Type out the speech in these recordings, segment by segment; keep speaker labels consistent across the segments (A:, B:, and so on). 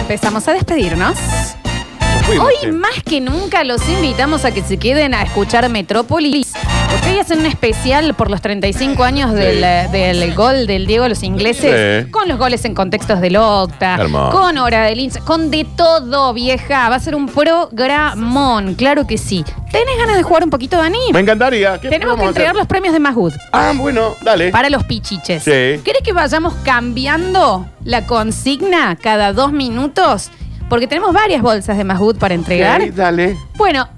A: empezamos a despedirnos.
B: Nos fuimos,
A: Hoy
B: che.
A: más que nunca los invitamos a que se queden a escuchar Metrópolis. Porque hoy hacen un especial por los 35 años del, eh, del gol del Diego a los ingleses,
B: Sí.
A: con los goles en contextos del Octa,
B: Hermoso.
A: con Hora del Insta, con de todo, vieja. Va a ser un programón, claro que sí. ¿Tenés ganas de jugar un poquito, Dani?
B: Me encantaría. ¿Qué
A: Tenemos
B: vamos
A: que
B: a hacer?
A: entregar los premios de Masgood
B: Ah, bueno, dale.
A: para los pichiches.
B: Sí.
A: ¿Querés que vayamos cambiando la consigna cada dos minutos? Porque tenemos varias bolsas de Masgood para entregar.
B: Sí, dale.
A: Bueno,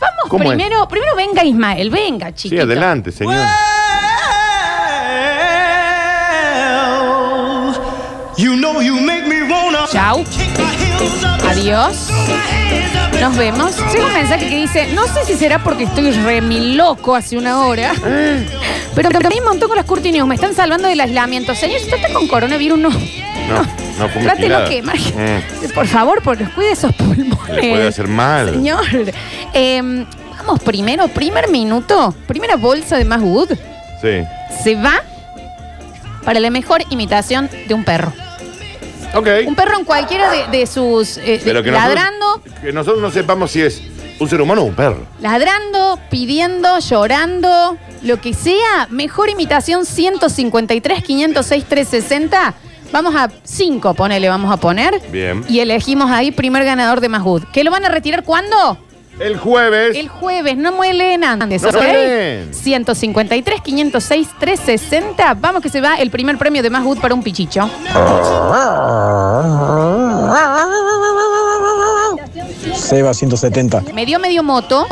A: vamos
B: ¿Cómo es?
A: primero. Primero venga Ismael, venga,
B: Sí,
A: chiquito.
B: adelante, señor.
C: You know you make me wanna
A: Chau.
C: kick my heels up and
A: Adiós.
C: throw my hands up and
A: Nos vemos. Llega un mensaje que dice, no sé si será porque estoy re mi loco hace una hora, pero también montó con las Curti News. Me están salvando del aislamiento. Señor, si usted está con coronavirus, no.
B: No, no fue
A: Trátelo
B: mutilada.
A: que, Marge.
B: Mm,
A: Por favor, porque cuide esos pulmones.
B: Le puede hacer mal.
A: Señor. Eh, vamos primero, primer minuto, primera bolsa de más wood.
B: Sí.
A: Se va para la mejor imitación de un perro.
B: Ok.
A: Un perro en cualquiera de, de sus. eh, de-
B: Pero que nosotros-
A: ladrando,
B: que nosotros no sepamos si es un ser humano o un perro.
A: ladrando, pidiendo, llorando, lo que sea. Mejor imitación 153, 506, 360. Vamos a 5, ponele, vamos a poner.
B: Bien.
A: Y elegimos ahí primer ganador de Masgood. ¿Que lo van a retirar cuándo?
B: El jueves.
A: El jueves, no muelen antes,
B: No
A: ¿ok?
B: muelen.
A: 153, 506, 360. Vamos que se va el primer premio de Masgood para un pichicho.
D: Seba 170.
A: Me dio medio moto.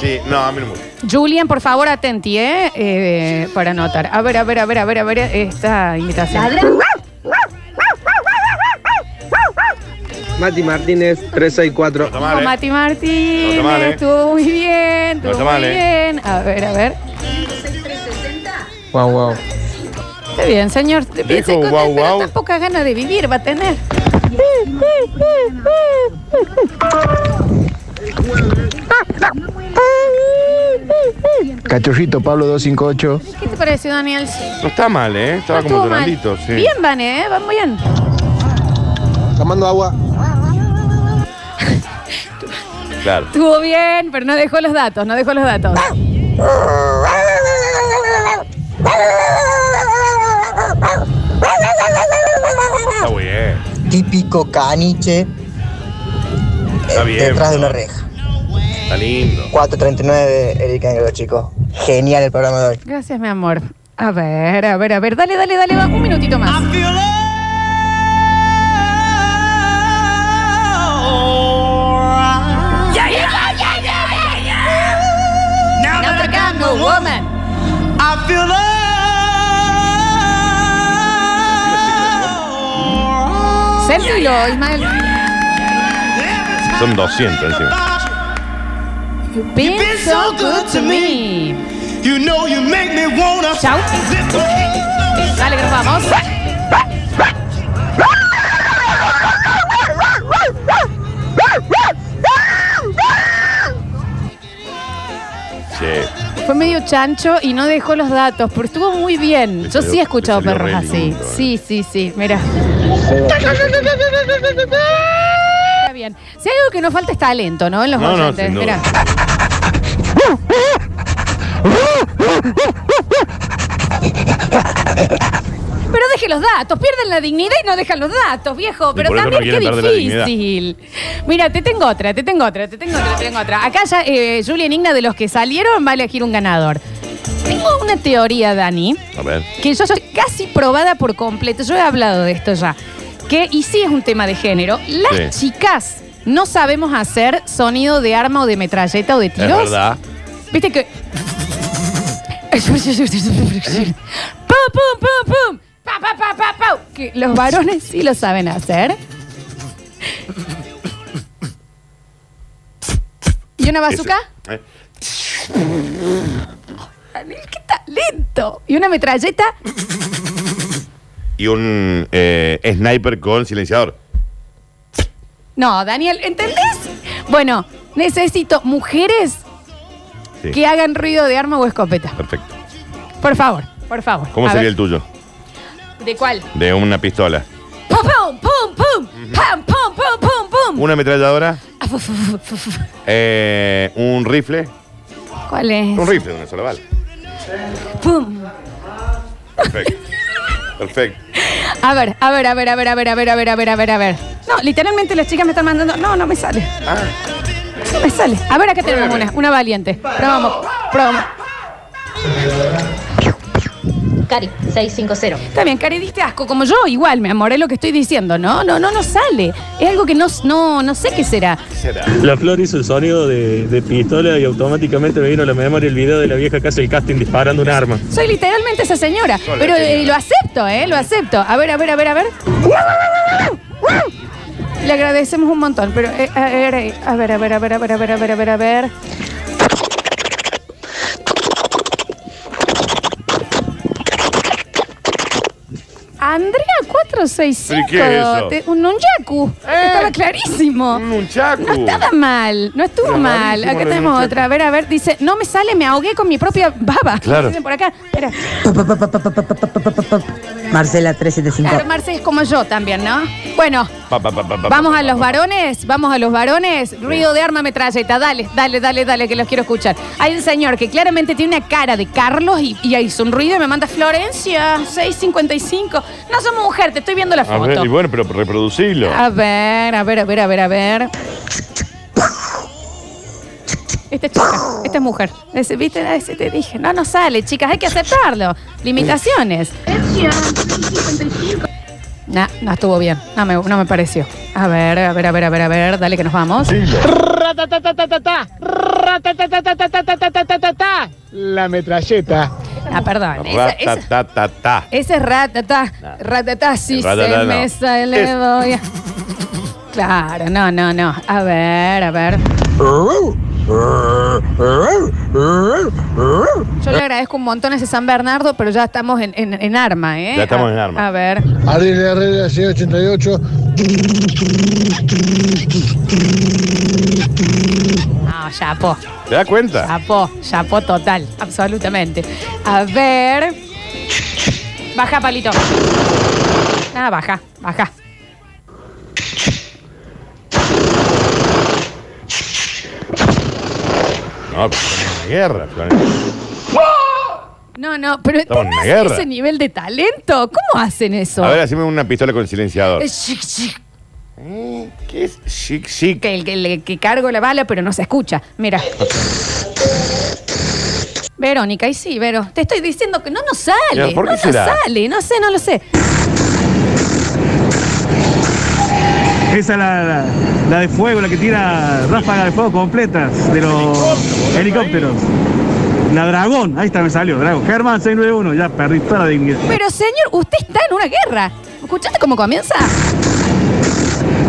B: Sí, no, a mí no me gusta.
A: Julian, por favor, atenti, ¿eh? Eh, para anotar. A ver, a ver, a ver, a ver, a ver esta invitación.
E: Mati Martínez, 364.
B: No está
A: Vamos,
B: mal, ¿eh?
A: Mati Martín.
B: No está mal, ¿eh?
A: Estuvo muy bien,
B: No
A: estuvo
B: está
A: muy
B: mal, ¿eh?
A: bien. A ver, a ver.
E: Wow, wow.
A: Está bien, señor. Te piensa
B: Dijo
A: con-
B: guau,
A: pero
B: guau.
A: tan poca ganas de vivir va a tener.
D: Cachorrito Pablo 258.
A: ¿Qué te pareció, Daniel?
B: No está mal, ¿eh? Estaba
A: No
B: como
A: estuvo mal.
B: llorandito, sí.
A: Bien, Van, ¿eh? Van muy bien.
E: Tomando agua.
B: Claro.
A: Estuvo bien, pero no dejó los datos, no dejó los datos.
B: Está bien.
F: típico caniche
B: Está bien.
F: detrás de
B: ¿no?
F: una reja.
B: Está lindo.
F: 439 Eric Angelo, chicos. Genial el programa de hoy.
A: Gracias, mi amor. A ver, a ver, a ver. Dale, dale, dale. va, Un minutito más. Sentilo, Ismael.
B: Son 200 encima.
A: You've been so good to me.
C: You know you make me wanna
A: Chau.
C: zip my hands up and
A: Dale, que nos vamos.
B: Sí.
A: Fue medio chancho y no dejó los datos, pero estuvo muy bien. Yo sí he escuchado
B: Le salió
A: perros
B: re
A: así.
B: lindo, eh.
A: Sí, sí, sí. Mira. Está bien. Si hay algo que no falta es talento, ¿no? En los
B: No, no,
A: oyentes.
B: sin duda.
A: Mira. Pero deje los datos, pierden la dignidad y no dejan los datos, viejo. Pero
B: por eso no
A: también
B: quieren
A: qué
B: perder la dignidad.
A: difícil. Mira, te tengo otra, te tengo otra, te tengo otra, te tengo otra. Acá ya eh, Julian Igna de los que salieron va a elegir un ganador. Tengo una teoría, Dani,
B: A ver.
A: que yo estoy casi probada por completo. Yo he hablado de esto ya. Que, y sí es un tema de género. Las chicas no sabemos hacer sonido de arma o de metralleta o de
B: Es
A: tiros.
B: verdad.
A: Viste que. ¡Pum, pum, pum, pum! ¡Pa, pa, pa, pa, pa! Que los varones sí lo saben hacer. ¿Y una bazooka?
B: Ese- ¿eh?
A: Daniel, qué talento. ¿Y una metralleta?
B: Y un eh, sniper con silenciador.
A: No, Daniel, ¿entendés? Bueno, necesito mujeres
B: Sí.
A: que hagan ruido de arma o escopeta.
B: Perfecto.
A: Por favor, por favor.
B: ¿Cómo
A: A
B: sería
A: ver,
B: el tuyo?
A: ¿De cuál?
B: De una pistola.
A: ¡Pum, ¡Pum, pum, pum, pum! ¡Pam, pum, pum, pum, pum!
B: Una ametralladora,
A: Ah, fu, fu, fu, fu, fu.
B: eh, un rifle.
A: ¿Cuál es?
B: Un rifle de una sola bala.
A: ¡Pum!
B: Perfecto. Perfecto.
A: A ver, a ver, a ver, a ver, a ver, a ver, a ver, a ver, a ver, a ver. No, literalmente las chicas me están mandando. No, no me sale.
B: Ah.
A: No me sale. A ver, acá tenemos una, una valiente. Probamos, probamos.
G: Cari, 650.
A: Está bien, Cari, diste asco, como yo, igual, mi amor, es lo que estoy diciendo. No, no, no, no sale. Es algo que no, no, no sé qué será.
B: ¿Qué será?
H: La flor hizo el sonido de, de pistola y automáticamente me vino a la memoria el video de la vieja que hace el casting disparando un arma.
A: Soy literalmente esa señora.
B: Soy la
A: Pero eh,
B: señora.
A: lo acepto, ¿eh? Lo acepto. A ver, a ver, a ver, a ver. Le agradecemos un montón, pero eh, a ver, eh, a ver, a ver, a ver, a ver, a ver, a ver, a ver, a ver. Andrea
B: ¿Pero y qué es
A: 465,
B: eso? Eh.
A: te- un nunchaku. Estaba clarísimo.
B: Mm, Un chaco.
A: No estaba mal, no estuvo
B: Era
A: mal.
B: rarísimo
A: Acá
B: lo de
A: tenemos
B: Nunchaku.
A: otra. A ver, a ver, dice, no me sale, me ahogué con mi propia baba.
B: Claro.
A: Dicen por acá. Espera.
I: Marcela
A: Claro,
I: 375.
A: Marce es como yo también, ¿no? Bueno,
B: Pa, pa, pa, pa, pa,
A: vamos
B: pa,
A: a
B: pa,
A: los
B: pa.
A: varones, vamos a los varones. Ruido de arma metralleta, dale, dale, dale, dale, que los quiero escuchar. Hay un señor que claramente tiene una cara de Carlos y, y hizo un ruido y me manda Florencia, 655. No somos mujer, te estoy viendo la
B: A
A: foto.
B: ver, y bueno, pero reproducirlo.
A: A ver, a ver, a ver, a ver, a ver. Esta es chica, esta es mujer. Es- ¿Viste? Ah, ese te dije. No, no sale, chicas, hay que aceptarlo. Limitaciones. No, no estuvo bien. No me, no me pareció. A ver, a ver, a ver, a ver, a ver. Dale que nos vamos.
E: La metralleta.
A: Ah, perdón. Esa, esa-
B: Ratatatatá.
A: ese es ratatá. Ratatá, si
B: Ratatá
A: se
B: no.
A: me sale,
B: Es-
A: voy a- Claro, no, no, no. A ver, a ver. Yo le agradezco un montón a ese San Bernardo, pero ya estamos en, en- en arma, ¿eh?
B: Ya estamos
A: A-
B: en arma.
A: A ver.
E: Arregle, arregle, 688.
A: No, chapó,
B: ¿Te das cuenta?
A: chapó, chapó total, absolutamente. A ver. Baja, palito. Ah, baja, baja.
B: No, pero estamos en una guerra, Florencia.
A: No, no, pero
B: Estamos en una
A: ¿tenés
B: guerra.
A: ese nivel de talento? ¿Cómo hacen eso?
B: A ver, haceme una pistola con silenciador.
A: Eh, shic, shic,
B: Eh, ¿Qué es? Chic, chic.
A: Que, el- que le- que cargo la bala, pero no se escucha. Mira. Verónica, y sí, Vero. Te estoy diciendo que no nos sale.
B: Ya, ¿por qué
A: no nos
B: será?
A: sale. No sé, no lo sé.
J: Esa es la, la, la de fuego, la que tira ráfagas de fuego completas de los helicópteros. La dragón, ahí está, me salió, dragón. Germán 691, ya perdí toda la dignidad.
A: Pero señor, usted está en una guerra. ¿Escuchaste cómo comienza?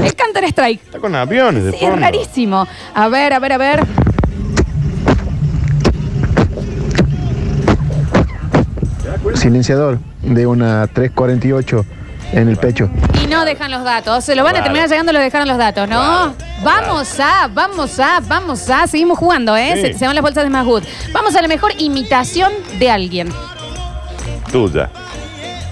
A: El Counter Strike.
B: Está con aviones de
A: Sí, es
B: fondo.
A: rarísimo. A ver, a ver, a ver.
D: Silenciador de una 348 en el pecho.
A: Y no dejan los datos. Se lo van a
B: Claro.
A: terminar llegando, lo dejaron los datos, ¿no? Vamos a, vamos a, vamos a. Seguimos jugando, ¿eh?
B: Sí.
A: Se, se van las bolsas de Mahmoud. Vamos a la mejor imitación de alguien.
B: Tuya.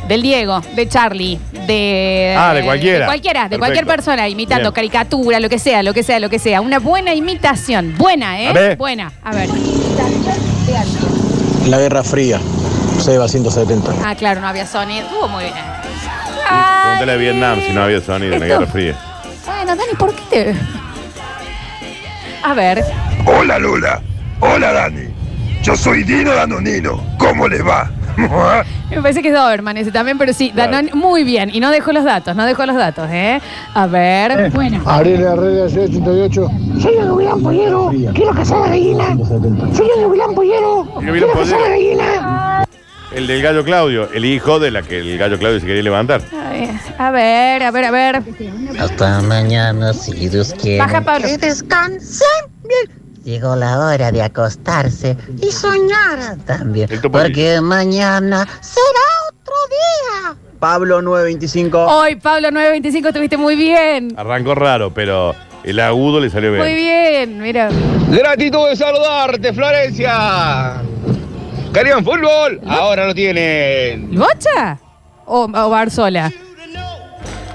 A: Del Diego, de Charlie, de.
B: Ah, de cualquiera.
A: De cualquiera, de
B: Perfecto.
A: cualquier persona, imitando
B: Bien.
A: caricatura, lo que sea, lo que sea, lo que sea. Una buena imitación. Buena, ¿eh?
B: A ver.
A: Buena. A ver.
D: La Guerra Fría. Seba 170.
A: Ah, claro, no había sonido. Estuvo muy bien.
B: Pregúntale a Vietnam si no había sonido en la
A: Esto-
B: Guerra Fría.
A: Bueno, Dani, ¿por qué te.? A ver.
K: Hola Lula, hola Dani, yo soy Dino Danonino, ¿cómo les va?
A: Me parece que es Doberman ese también, pero sí,
B: Claro.
A: Danone, muy bien. Y no dejó los datos, no dejó los datos, ¿eh? A ver. Bueno.
E: Arregle, arregle, 688.
I: Soy el Julián Pollero, quiero cazar a gallina. Soy el Julián Pollero,
B: Yo vi la
I: quiero cazar a
B: pollera.
I: gallina.
B: El del gallo Claudio, el hijo de la que el gallo Claudio se quería levantar.
A: A ver, a ver, a ver.
I: Hasta mañana, si Dios quiere.
A: Baja, Pablo.
I: descansen bien. Llegó la hora de acostarse y soñar también.
B: El topo porque
I: mañana será otro día.
F: Pablo 925.
A: Hoy, Pablo 925, estuviste muy bien.
B: Arrancó raro, pero el agudo le salió bien.
A: Muy bien, mira.
E: Gratitud de saludarte, Florencia. Querían fútbol, ahora lo tienen.
A: ¿Bocha? ¿O, o Barzola?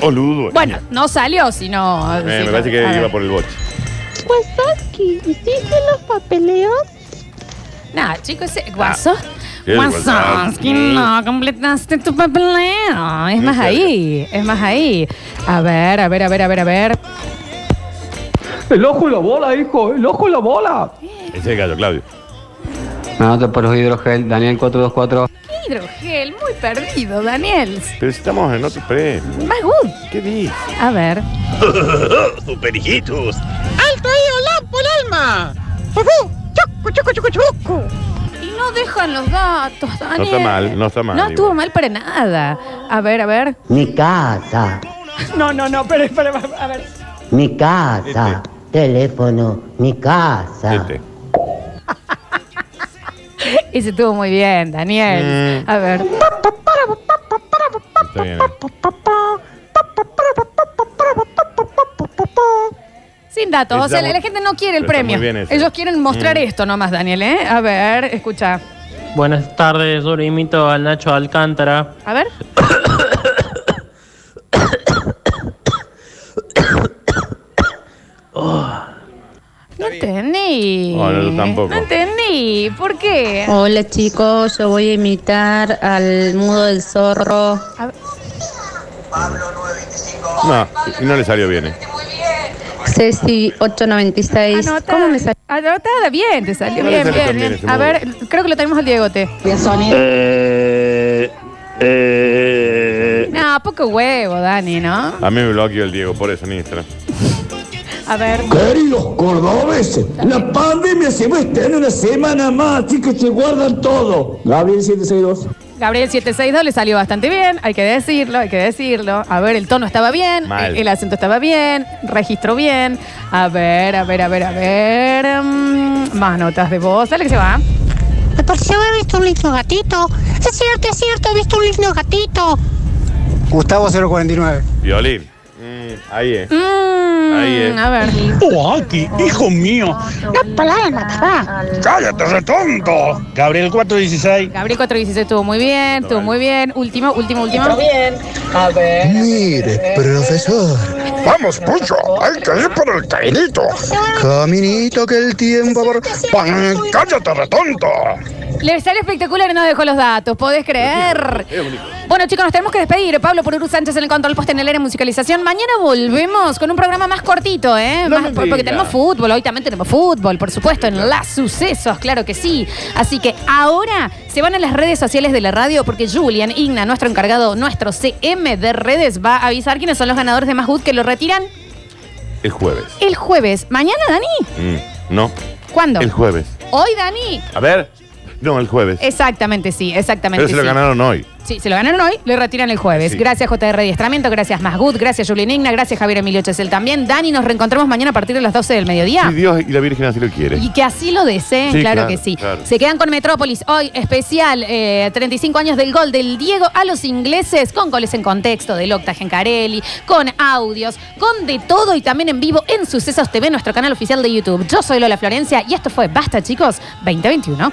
B: Boludo.
A: Bueno, no salió, sino.
B: Eh, me parece que
A: a ver.
B: iba por el boche.
A: Wasowski, ¿hiciste los papeleos? Nah, chicos, eh,
B: Ah,
A: ese Waso-
B: Sí, el
A: Wasowski,
B: Wasowski.
A: no
B: Mm.
A: completaste tu papeleo. Es más ahí, es más ahí. A ver, a ver, a ver, a ver, a ver.
L: El ojo y la bola, hijo. El ojo y la bola.
B: Ese es el gallo, Claudio.
M: Me anoto por los hidrogel, Daniel 424.
A: Hidrogel, muy perdido, Daniel.
B: Pero si estamos en otro premio.
A: Más good.
B: ¿Qué dices?
A: A ver.
B: Super hijitos.
I: ¡Alto ahí, hola, por alma! ¡Fufu! ¡Choco, choco, choco, choco!
A: Y no dejan los datos, Daniel.
B: No está mal, no está mal.
A: No
B: igual.
A: estuvo mal para nada. A ver, a ver.
I: Mi casa,
A: No, no, no, pero espera, a ver.
I: mi casa. Teléfono, mi casa.
B: Este.
A: Ese estuvo muy bien,
B: Mm.
A: Daniel. A ver.
B: Está bien. eh.
A: Sin datos, o sea,
B: Estamos-
A: la gente no quiere el
B: Pero está
A: premio.
B: muy bien eso.
A: Ellos quieren mostrar
N: Mm.
A: esto nomás, Daniel, ¿eh? A ver, escucha.
N: Buenas tardes, yo le imito al Nacho Alcántara.
A: A ver. No entendí.
B: No, no, yo tampoco.
A: No entendí. ¿Por qué?
O: Hola chicos, yo voy a imitar al mudo del zorro.
B: No, y no le salió bien. eh.
O: Ceci 896.
I: Ah,
O: ¿Cómo me salió?
A: Anotada, bien, te salió
B: No le
A: bien,
B: salió
A: bien.
B: tan bien
A: bien.
B: ese
A: A
B: mudo.
A: ver, creo que lo tenemos al Diegote.
B: Eh, eh.
A: No, poco huevo, Dani, ¿no?
B: A mí me bloqueó el Diego, por eso en Instagram.
A: A ver.
P: Queridos cordobeses, la pandemia se va a extender una semana más, así que se guardan todo. Gabriel 762.
A: Gabriel 762 le salió bastante bien, hay que decirlo, hay que decirlo. A ver, el tono estaba bien,
B: Mal.
A: el, el acento estaba bien, registro bien. A ver, a ver, a ver, a ver. mm, más notas de voz, dale que se va.
I: Me pareció haber visto un lindo gatito. Es cierto, es cierto, he visto un lindo gatito.
Q: Gustavo 049.
B: Violín. Mm, ahí es. Ahí es.
A: Mm, A ver.
Q: Oh, aquí, hijo mío.
I: La palabra matará.
Q: Cállate, retonto. Gabriel 416.
A: Gabriel 416 estuvo muy bien, estuvo muy bien. Último, último, último. bien.
Q: A ver. Mire,
D: Profesor. Vamos, Pucho, hay que ir por el caminito. Caminito que el tiempo... Por... ¡Cállate, retonto!
A: Le salió espectacular y no dejó los datos, podés creer. Bueno, chicos, nos tenemos que despedir. Pablo Pururu Sánchez en el control post en el área de musicalización. Mañana volvemos con un programa más cortito, ¿eh? Más- por- porque tenemos fútbol, hoy también tenemos fútbol, por supuesto, en las sucesos, claro que sí. Así que ahora se van a las redes sociales de la radio porque Julian Igna, nuestro encargado, nuestro CM de redes, va a avisar quiénes son los ganadores de Más Good que lo retiran
B: El jueves.
A: el jueves. ¿Mañana, Dani?
B: Mm, no.
A: ¿Cuándo?
B: El jueves.
A: Hoy, Dani.
B: A ver. No, el jueves.
A: Eh, Exactamente, sí, exactamente.
B: Pero se lo
A: sí.
B: ganaron hoy.
A: Sí, se lo ganaron hoy, lo retiran el jueves.
B: Sí.
A: Gracias JR Diestramiento, gracias Masgut, gracias Julián Igna, gracias Javier Emilio Chesel también. Dani, nos reencontramos mañana a partir de las 12 del mediodía.
B: Si Dios y la Virgen así lo quiere.
A: Y que así lo deseen,
B: Sí,
A: claro,
B: claro,
A: que sí.
B: claro.
A: Se quedan con Metrópolis hoy, especial, eh, 35 años del gol del Diego a los ingleses, con goles en contexto del Octa Gencarelli, con audios, con de todo y también en vivo en Sucesos TV, nuestro canal oficial de YouTube. Yo soy Lola Florencia y esto fue Basta, chicos, 2021.